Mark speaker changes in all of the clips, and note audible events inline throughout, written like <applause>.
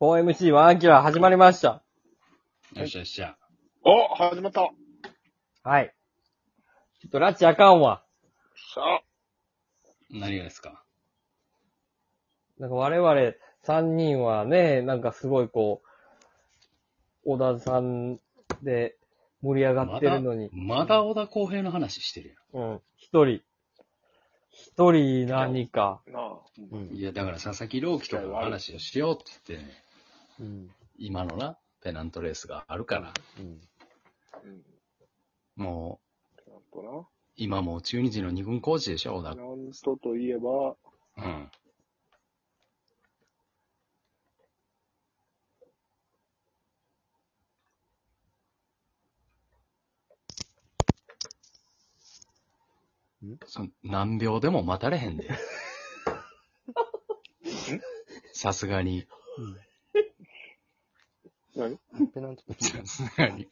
Speaker 1: 4MC ワンアキラ始まりました。
Speaker 2: よっしゃよっしゃ。
Speaker 3: お始まった
Speaker 1: はい。ちょっと拉致あかんわ。
Speaker 3: さあ、
Speaker 2: 何がですか
Speaker 1: なんか我々3人はね、なんかすごいこう、小田さんで盛り上がってるのに、
Speaker 2: まだ小田公平の話してる
Speaker 1: うん。一人、一人何か、
Speaker 3: なあ。
Speaker 2: やん。いや、だから佐々木朗希とかの話をしようって言って、
Speaker 4: うん。
Speaker 2: 今のな、ペナントレースがあるから、
Speaker 4: うん。
Speaker 3: うん。
Speaker 2: もう、
Speaker 3: なんと
Speaker 2: 今もう中日の二軍コーチでしょ、
Speaker 3: な。
Speaker 2: 小
Speaker 3: なんとといえば、
Speaker 2: 田。うん。そ何秒でも待たれへん <laughs> で。さすがに。
Speaker 3: 何
Speaker 4: ペナントレース。
Speaker 2: さすがに。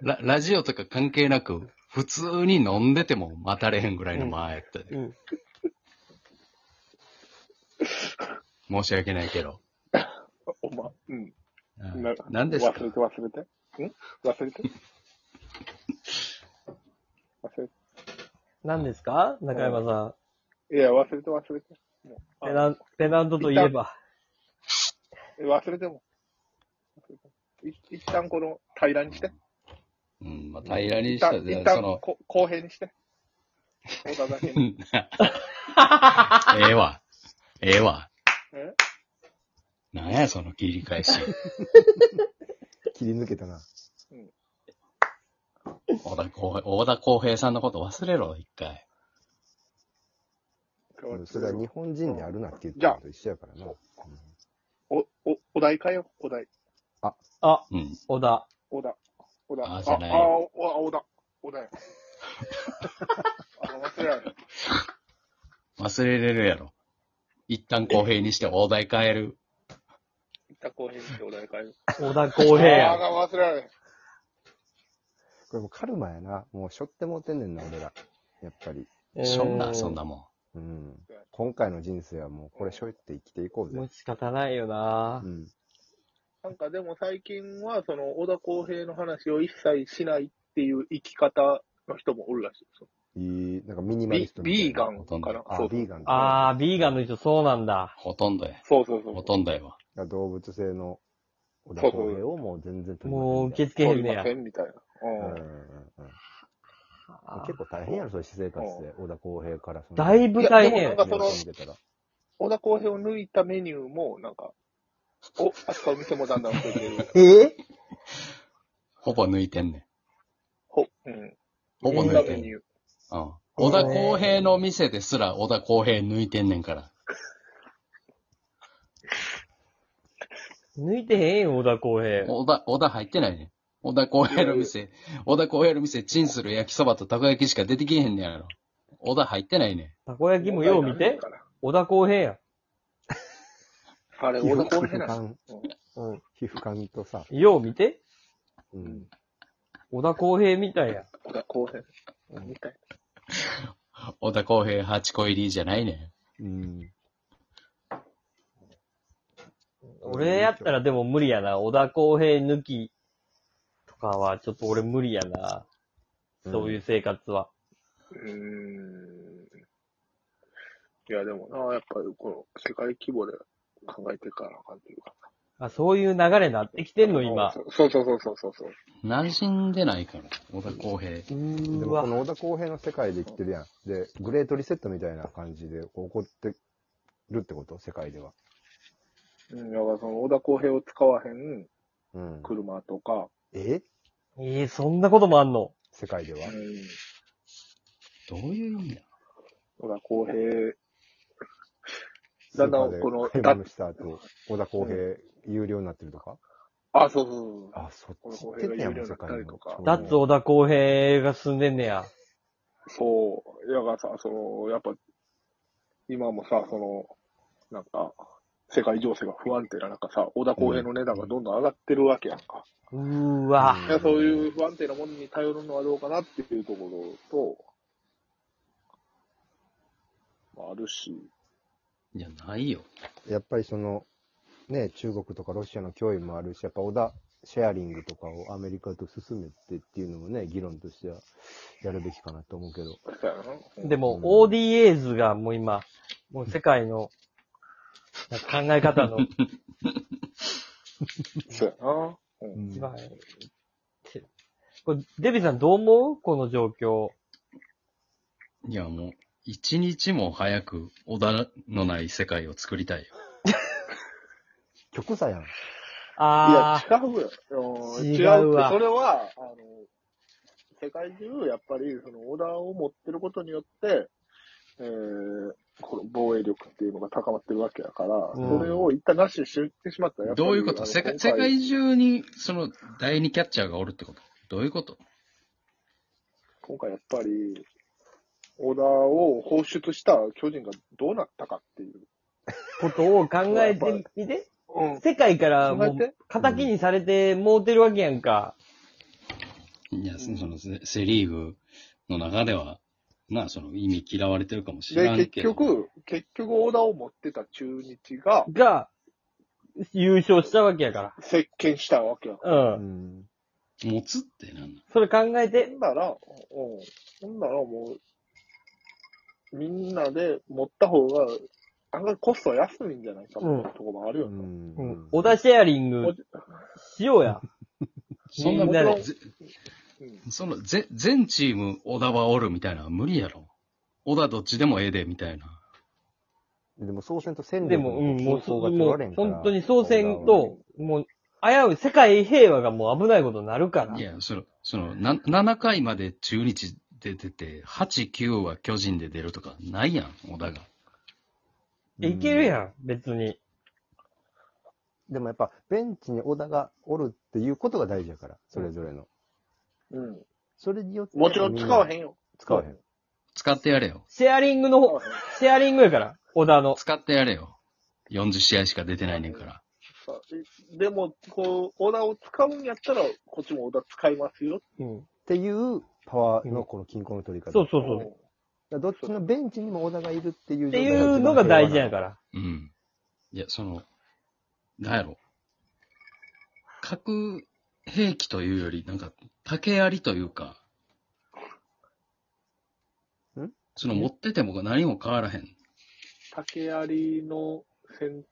Speaker 2: ララジオとか関係なく、普通に飲んでても待たれへんぐらいの間やったで。
Speaker 1: うん
Speaker 2: 申し訳ないけど。
Speaker 3: おま、うん。
Speaker 2: うん
Speaker 3: な
Speaker 2: 何ですか
Speaker 3: 忘れて忘れて。ん忘れて忘れ
Speaker 1: 何ですか中山さん。
Speaker 3: て。いや、忘れて忘れて。もう
Speaker 1: ペ
Speaker 3: あ
Speaker 1: ナンペナントといえば、
Speaker 3: 忘れても。忘れてもい一旦この平らにして。
Speaker 2: うん、まあ、平らに
Speaker 3: 一
Speaker 2: した
Speaker 3: 旦、
Speaker 2: ら、
Speaker 3: 一
Speaker 2: そ
Speaker 3: 旦
Speaker 2: の、
Speaker 3: こ後編にして。小田だけ
Speaker 2: <laughs> う
Speaker 3: に。
Speaker 2: んええわ。ええわ。
Speaker 3: え
Speaker 2: なんや、その切り返し。
Speaker 4: 切り抜けたな。
Speaker 2: 小田公平、小田公平さんのこと忘れろ、一回。
Speaker 4: うんそれは日本人であるなって言って
Speaker 3: じゃ
Speaker 4: る
Speaker 3: あ
Speaker 4: のと一緒やからな。
Speaker 3: お、お、お題かよ、お題。
Speaker 1: あ、
Speaker 2: うん。
Speaker 1: 小田。
Speaker 3: 小田。小田。
Speaker 2: あじゃない
Speaker 3: あ、あおおあ小田。小田や。あ、忘れない。
Speaker 2: 忘れれるやろ。一旦公平にして大台変える。
Speaker 3: 一旦後編にしてお題変えよう。
Speaker 1: 小田公平や。
Speaker 3: あー忘れられん。
Speaker 4: これもうカルマやな。もうしょってもうてんねんな、俺ら。やっぱり。
Speaker 2: そんな、
Speaker 1: う
Speaker 2: そんな。も
Speaker 4: うん。今回の人生はもうこれしょって生きていこう
Speaker 1: もう
Speaker 4: ぜ。
Speaker 1: 仕方ないよな
Speaker 4: う、ん。
Speaker 3: なんかでも最近は、その、小田公平の話を一切しないっていう生き方の人もおるらしい。その
Speaker 4: いい、なんかミニマリ
Speaker 3: ビ
Speaker 4: ストみたい
Speaker 3: ビー
Speaker 4: な
Speaker 3: ガンかな。
Speaker 4: あ、
Speaker 3: そうそ
Speaker 4: ビー
Speaker 3: う
Speaker 4: ガンだ。
Speaker 1: あー、ビーガンの人そうなん
Speaker 2: う。
Speaker 1: だ。
Speaker 2: ほとんどや。
Speaker 3: そうそうそう
Speaker 2: ほとんどやわ。
Speaker 4: だから動物性の小田
Speaker 3: そうそう
Speaker 4: 公平をもう全然取りません
Speaker 1: もう受け付けへ
Speaker 3: 取
Speaker 1: ん
Speaker 3: り
Speaker 1: ね
Speaker 3: ま
Speaker 1: や
Speaker 3: せ。んみたいな。
Speaker 4: うんうん
Speaker 3: うん。
Speaker 4: うん結構大変やろ、そういう私生活で。小田公平からその。
Speaker 1: だいぶ大
Speaker 3: いや
Speaker 1: 変
Speaker 3: でもなん。かその
Speaker 4: 見てたら
Speaker 3: 小田公平を抜いたメニューも、なんか、お、扱う店もだんだん増えてる。
Speaker 1: え
Speaker 2: ほぼ抜いてんねん。
Speaker 3: ほ、うん。
Speaker 2: ほぼ
Speaker 3: こん
Speaker 2: 抜
Speaker 3: ない
Speaker 2: て
Speaker 3: メ
Speaker 2: んね
Speaker 3: ニ
Speaker 2: ん。
Speaker 3: ュー。
Speaker 2: うん。小田公平の店ですら小田公平抜いてんねんから。
Speaker 1: 抜いてへんよ、小田公平。
Speaker 2: 小田、小田入ってないねん。小田公平の店、小田公平の店、チンする焼きそばとたこ焼きしか出てきへんねやろ。小田入ってないねん。
Speaker 1: たこ焼きもよう見て。小田公平や。
Speaker 3: あれ、
Speaker 4: 皮
Speaker 3: 小田
Speaker 4: 膚
Speaker 3: 公平なの。
Speaker 4: 感、
Speaker 1: うん。
Speaker 4: 皮膚感とさ、
Speaker 1: よう見て。
Speaker 4: う
Speaker 3: うんん。
Speaker 1: 小田公平みたいや。
Speaker 3: 小田公平。みたい
Speaker 2: 小田公平8個入りじゃないね
Speaker 4: うん。
Speaker 1: 俺やったらでも無理やな。小田公平抜きとかはちょっと俺無理やな。そういう生活は。
Speaker 3: うーんいや、でもな、やっぱりこの世界規模で考えていかなあかんっていうか。
Speaker 1: あそういう流れになってきてんの、今。
Speaker 3: そうそうそうそうそうそう。
Speaker 2: ん。馴染んでないから、小田公平。
Speaker 1: う
Speaker 4: で
Speaker 1: ー
Speaker 4: もこ
Speaker 1: わ。
Speaker 4: の小田公平の世界で生きてるやん。で、グレートリセットみたいな感じで起こってるってこと世界では。
Speaker 3: うん、だからその小田公平を使わへん
Speaker 4: うん。
Speaker 3: 車とか、
Speaker 4: え
Speaker 1: えー、そんなこともあんの
Speaker 4: 世界では
Speaker 3: うん、
Speaker 2: どういう意味だ
Speaker 3: 小田公平、だんだんこの
Speaker 4: 買い物した後、小田公平有料になってるとか
Speaker 3: あ、そうそうそう。
Speaker 4: あ、そっち行ってんねやも
Speaker 3: 小田公平が有料
Speaker 4: う世界
Speaker 3: になったりとか
Speaker 4: の。
Speaker 1: 脱小田公平が住んでんねや。
Speaker 3: そう。だからさ、その、やっぱ、今もさ、その、なんか、世界情勢が不安定な中さ、小田公平の値段がどんどん上がってるわけやんか。
Speaker 1: うーわ。
Speaker 3: いやそういう不安定なものに頼るのはどうかなっていうところと、まああるし、
Speaker 2: いや、ないよ。
Speaker 4: やっぱりその、ね、中国とかロシアの脅威もあるし、やっぱ小田シェアリングとかをアメリカと進めてっていうのもね、議論としてはやるべきかなと思うけど。
Speaker 3: そうやな。うん
Speaker 1: でも、
Speaker 4: うん
Speaker 1: ODA 図がもう今、もう世界の、なんか考え方 <laughs> の
Speaker 3: そうやな。うん
Speaker 1: 一番、これデビさんどう思うこの状況。
Speaker 2: いや、もう、一日も早く小田のない世界を作りたいよ。
Speaker 4: 極左やん。
Speaker 3: いや
Speaker 1: あ、
Speaker 3: 違うよ。うん
Speaker 1: 違
Speaker 3: 違
Speaker 1: う
Speaker 3: う
Speaker 1: わ
Speaker 3: ってそれは、あの、世界中、やっぱり、その、オーダーを持ってることによって、えー、この防衛力っていうのが高まってるわけやから、
Speaker 1: うん
Speaker 3: それを一旦なしにしてしまったら、やっぱり
Speaker 2: どういうこと
Speaker 3: あの
Speaker 2: 世界
Speaker 3: 今
Speaker 2: 世
Speaker 3: 回
Speaker 2: 界中に、その、第二キャッチャーがおるってことどういうこと
Speaker 3: 今回やっぱり、オーダーを放出した巨人がどうなったかっていう。
Speaker 1: ことを考えてみて。
Speaker 3: うん。
Speaker 1: 世界からも
Speaker 3: 考え
Speaker 1: う
Speaker 3: て、
Speaker 1: 仇にされて、もうてるわけやんか。
Speaker 2: いや、その、そのセセリーグの中では、な、その、意味嫌われてるかもしれな
Speaker 3: で、
Speaker 2: い
Speaker 3: 結
Speaker 2: けど。、
Speaker 3: 局、結局オーダーを持ってた中日が、
Speaker 1: が、優勝したわけやか。
Speaker 3: 接見したわけやから
Speaker 4: う
Speaker 1: うん。
Speaker 4: ん。
Speaker 2: 持つってなんだ
Speaker 1: それ考え
Speaker 3: ほ
Speaker 1: て、
Speaker 3: んなら、うん、ほんならもう、みんなで持った方が、案外コストは安いんじゃないかって
Speaker 1: うん
Speaker 3: とこもあるよ
Speaker 4: う
Speaker 3: ね。
Speaker 1: うんん。小田シェアリン
Speaker 3: も
Speaker 1: グ
Speaker 3: ち
Speaker 1: しようや。
Speaker 2: そん
Speaker 1: み
Speaker 2: な
Speaker 1: ん
Speaker 2: こと
Speaker 1: な
Speaker 2: は
Speaker 1: で
Speaker 2: ぜ、
Speaker 3: うん
Speaker 2: その、ぜ、全チーム小田はおるみたいなのは無理やろ。小田どっちでもええで、みたいな。
Speaker 4: でも、総選と戦
Speaker 1: で
Speaker 4: 力
Speaker 1: も、うん、もう、
Speaker 4: 競争が取
Speaker 1: も
Speaker 4: られ、
Speaker 1: うん
Speaker 4: から
Speaker 1: 本当に総選と、もう、危うい世界平和がもう危ないことになるから
Speaker 2: い。や、その、その、な、7回まで中日で出て、8、9は巨人で出るとか、ないやん、小田が。
Speaker 1: いけるやん、別に。
Speaker 4: でもやっぱ、ベンチに小田がおるっていうことが大事やから、それぞれの。
Speaker 3: うん。
Speaker 4: それによって。
Speaker 3: もちろん使わへ
Speaker 4: ん。
Speaker 3: んよ。
Speaker 4: 使わへん。
Speaker 2: 使ってやれよ。
Speaker 1: シェアリングの
Speaker 3: 使
Speaker 1: 方
Speaker 3: わ、へん。
Speaker 1: シェアリングやから、小田の。
Speaker 2: 使ってやれよ。40試合しか出てないねんから。
Speaker 3: さでも、こう、オーダーを使うんやったら、こっちもオーダー使いますよ。
Speaker 1: うん。
Speaker 4: っていうパワーのこの均衡の取り方。
Speaker 1: そうそううそう。
Speaker 4: だからどっちのベンチにも小田がいるっていう
Speaker 1: っ
Speaker 4: 状
Speaker 1: て
Speaker 4: 態
Speaker 1: いうのが大事や
Speaker 4: ら。
Speaker 1: から。
Speaker 2: うん。いや、その、なんやろ。核兵器というより、なんか、竹槍というか、
Speaker 4: ん
Speaker 2: その持ってても何も変わらへん。
Speaker 3: 竹槍の先、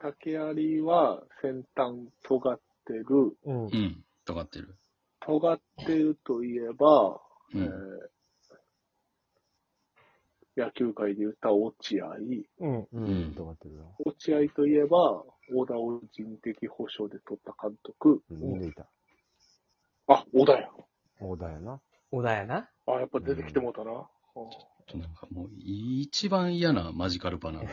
Speaker 3: 竹槍は先端尖ってる。
Speaker 1: うん
Speaker 2: う。ん。尖ってる。
Speaker 3: 尖ってるといえば、
Speaker 2: う
Speaker 3: え
Speaker 2: ん。
Speaker 3: ー野球界で言った落
Speaker 1: う
Speaker 3: 合、
Speaker 1: ん。
Speaker 4: う
Speaker 2: うん
Speaker 4: ん、とかってるな。
Speaker 3: 落合といえば、小田を人的保障で取った監督。
Speaker 4: うん見抜いた。
Speaker 3: あ、小田や。
Speaker 4: 小田やな。
Speaker 1: 小田やな。
Speaker 3: あ、やっぱ出てきてもうたな。うん
Speaker 2: なんかもう、一番嫌なマジカルバナナ。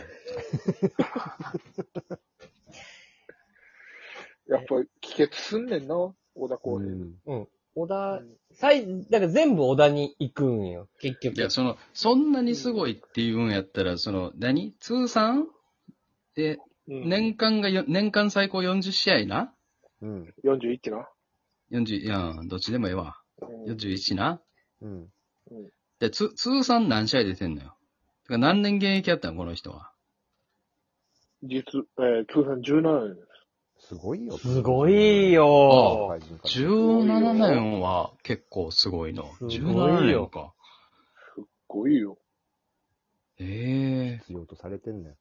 Speaker 3: やっぱり帰結すんねんな、小田
Speaker 4: う
Speaker 3: 公平。
Speaker 4: ん。
Speaker 1: 小田
Speaker 3: うん、
Speaker 1: 最、だから全部小田に行くんよ、結
Speaker 2: いや、
Speaker 1: 局。
Speaker 2: その、そんなにすごいっていうんやったら、その、何通算で、
Speaker 3: うん、
Speaker 2: 年間がよ、年間最高40試合な
Speaker 4: うん。
Speaker 3: 41な。
Speaker 2: ?40、いや、どっちでもええわ。
Speaker 3: うん
Speaker 2: 41な。
Speaker 4: うん。
Speaker 2: で、つ、通算何試合出てんのよ。てか何年現役やったのこの人は。
Speaker 3: 実、えー、通算17年です。
Speaker 4: すごいよ。
Speaker 1: すごい。よ
Speaker 4: 外人から
Speaker 2: 17年は結構すごいの。
Speaker 1: すごい
Speaker 2: 17
Speaker 1: よ
Speaker 2: 年か。
Speaker 3: ごいよ。
Speaker 2: ええ
Speaker 4: 必要とされてんねん。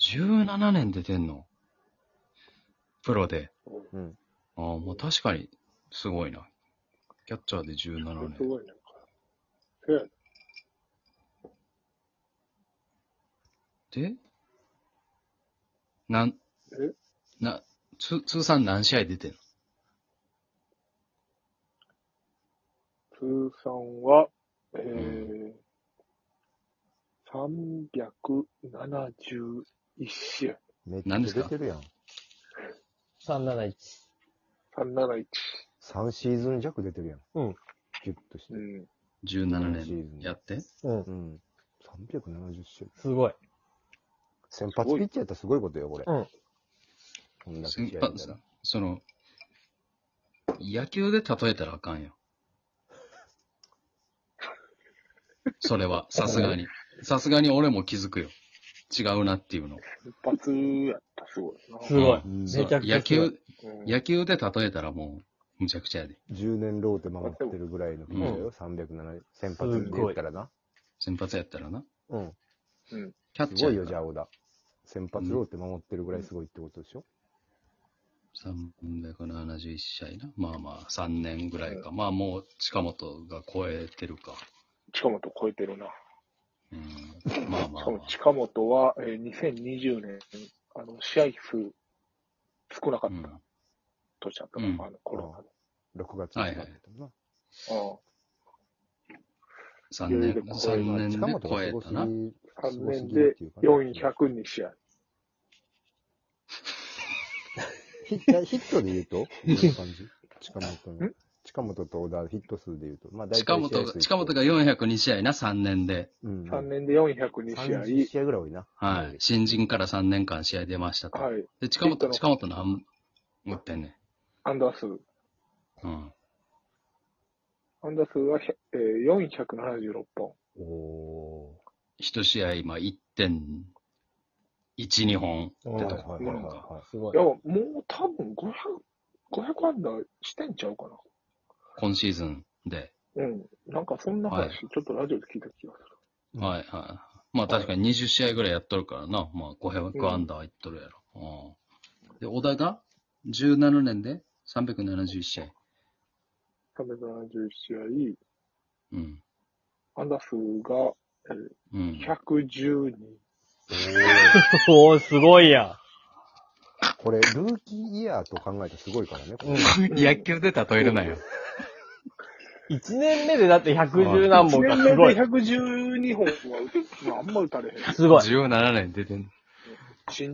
Speaker 2: 17年出てんの。プロで。
Speaker 4: うん。
Speaker 2: ああ、もう確かに、すごいな。キャッチャーで17
Speaker 3: す
Speaker 2: 年。
Speaker 3: ごいね。せや
Speaker 2: でなん、
Speaker 3: え
Speaker 2: な、つ、通算何試合出てんの
Speaker 3: 通算は、えー
Speaker 2: う、
Speaker 3: 371試合。
Speaker 4: めっ
Speaker 2: 何で
Speaker 4: ち
Speaker 2: す
Speaker 4: ゃ
Speaker 2: か
Speaker 4: 出てるやん。
Speaker 1: 371。
Speaker 3: 371。
Speaker 4: 3シーズン弱出てるやん。
Speaker 1: うん。
Speaker 4: ギュッとして
Speaker 3: う。ん。
Speaker 2: ?17
Speaker 4: シーズ
Speaker 2: 年
Speaker 4: ン
Speaker 2: やって。
Speaker 1: うん
Speaker 4: う。ん。370試合。
Speaker 1: すごい。
Speaker 4: 先発ピッチャーやったらすごいことよ、これ。
Speaker 1: うん。
Speaker 4: こんだけ
Speaker 2: 先
Speaker 4: 試合出た
Speaker 2: 発
Speaker 4: ら。、
Speaker 2: その、野球で例えたらあ
Speaker 4: <laughs>
Speaker 2: かんよ。それは、さすがに。さすがに俺も気づくよ。違うなっていうの。
Speaker 3: 一発やった、すごいな。
Speaker 1: すごい。
Speaker 4: うん
Speaker 1: めち
Speaker 2: そ
Speaker 1: ゃ
Speaker 2: う
Speaker 1: くちゃすごい
Speaker 2: 野球、
Speaker 3: うん
Speaker 2: 野球で例えたらもう、むちゃくちゃやで。
Speaker 4: 10年ローテ守ってるぐらいのピッチャー
Speaker 1: う
Speaker 4: よ。307、先発で言ったらな。
Speaker 2: 先発やったらな。
Speaker 4: うん。
Speaker 3: うん。
Speaker 2: キャッ
Speaker 4: す
Speaker 2: チャ
Speaker 4: ご
Speaker 2: ーや
Speaker 4: いよ、
Speaker 2: っ
Speaker 4: じ
Speaker 2: たら
Speaker 4: ゃあ、小田。先発ローテ守ってるぐらいすごいってことでしょ
Speaker 2: 371試合な。まあまあ、3年ぐらいか。まあもう、近本が超えてるか。
Speaker 3: 近本超えてるな。
Speaker 2: うん。まあま
Speaker 3: し
Speaker 2: あ
Speaker 3: か
Speaker 2: ま
Speaker 3: も
Speaker 2: あ。
Speaker 3: 近本は、えー、2020年、あの、試合数少なか
Speaker 2: う
Speaker 3: っ
Speaker 2: ん
Speaker 3: た。年だった
Speaker 2: うん
Speaker 3: な、あの、コロナで。
Speaker 4: 6月になってたな。
Speaker 2: 3
Speaker 3: 余裕で
Speaker 2: 年
Speaker 3: 超え、た
Speaker 2: 三年で
Speaker 4: 近本
Speaker 2: 超
Speaker 4: が
Speaker 2: え
Speaker 4: すご
Speaker 2: た
Speaker 4: すぎ
Speaker 2: な。
Speaker 3: 3年
Speaker 4: る
Speaker 3: で
Speaker 4: っていうかね
Speaker 3: 402試合。
Speaker 4: ヒッヒットで言う
Speaker 2: <laughs>
Speaker 4: と、どういう感じ近本の。近本と小田、ヒット数で言うと。まあ、大体
Speaker 2: 近本
Speaker 4: 試合数
Speaker 2: が、
Speaker 4: 一緒
Speaker 2: 近本が402試合な、3年で。
Speaker 4: うんうん
Speaker 3: 3年で402
Speaker 4: 30
Speaker 3: 試
Speaker 4: 試合ぐらい多いな。
Speaker 2: はい。新人から3年間試合出ましたと
Speaker 3: 合。。はい。
Speaker 2: で、近
Speaker 3: ヒット
Speaker 2: 本、
Speaker 3: の
Speaker 2: 近本何持ってんね
Speaker 3: アンダー数。
Speaker 2: ん。うん。
Speaker 3: アンダー数は、えー、476本。
Speaker 4: お
Speaker 2: 一試合、まあ、1点、1、2本
Speaker 4: ー。
Speaker 2: 出た
Speaker 4: は
Speaker 2: と
Speaker 4: い
Speaker 2: こ
Speaker 4: はい
Speaker 2: ろ
Speaker 4: はい
Speaker 2: か。
Speaker 4: はい
Speaker 1: すごい
Speaker 3: いや、。もう多分500、500アンダーしてんちゃうか
Speaker 2: 今シーズンで。
Speaker 3: な。うん。なんかそんな話、
Speaker 2: はい
Speaker 3: ちょっとラジオで聞いた気がする。
Speaker 4: うん
Speaker 2: はいはい。まあ確かに20試合ぐらいやっとるからな。まあ500アンダーいっとるやろ。うん、で、小田が17年で371試合。
Speaker 3: 370試
Speaker 2: うん。
Speaker 3: 合、アンダー数が
Speaker 2: うん。
Speaker 3: 112。
Speaker 1: おー、すごいや。
Speaker 4: これ、ルーキーイヤーと考えたらすごいからね。これ
Speaker 2: <laughs> 野球で例えるなよ。
Speaker 1: 1年目でだって110何
Speaker 3: 1
Speaker 1: 本か
Speaker 3: 年
Speaker 1: すご
Speaker 3: 目
Speaker 1: い
Speaker 3: で。112本は打つ、まあ、あんま打たれへん。
Speaker 1: すごい。
Speaker 2: 17年出てん
Speaker 3: 新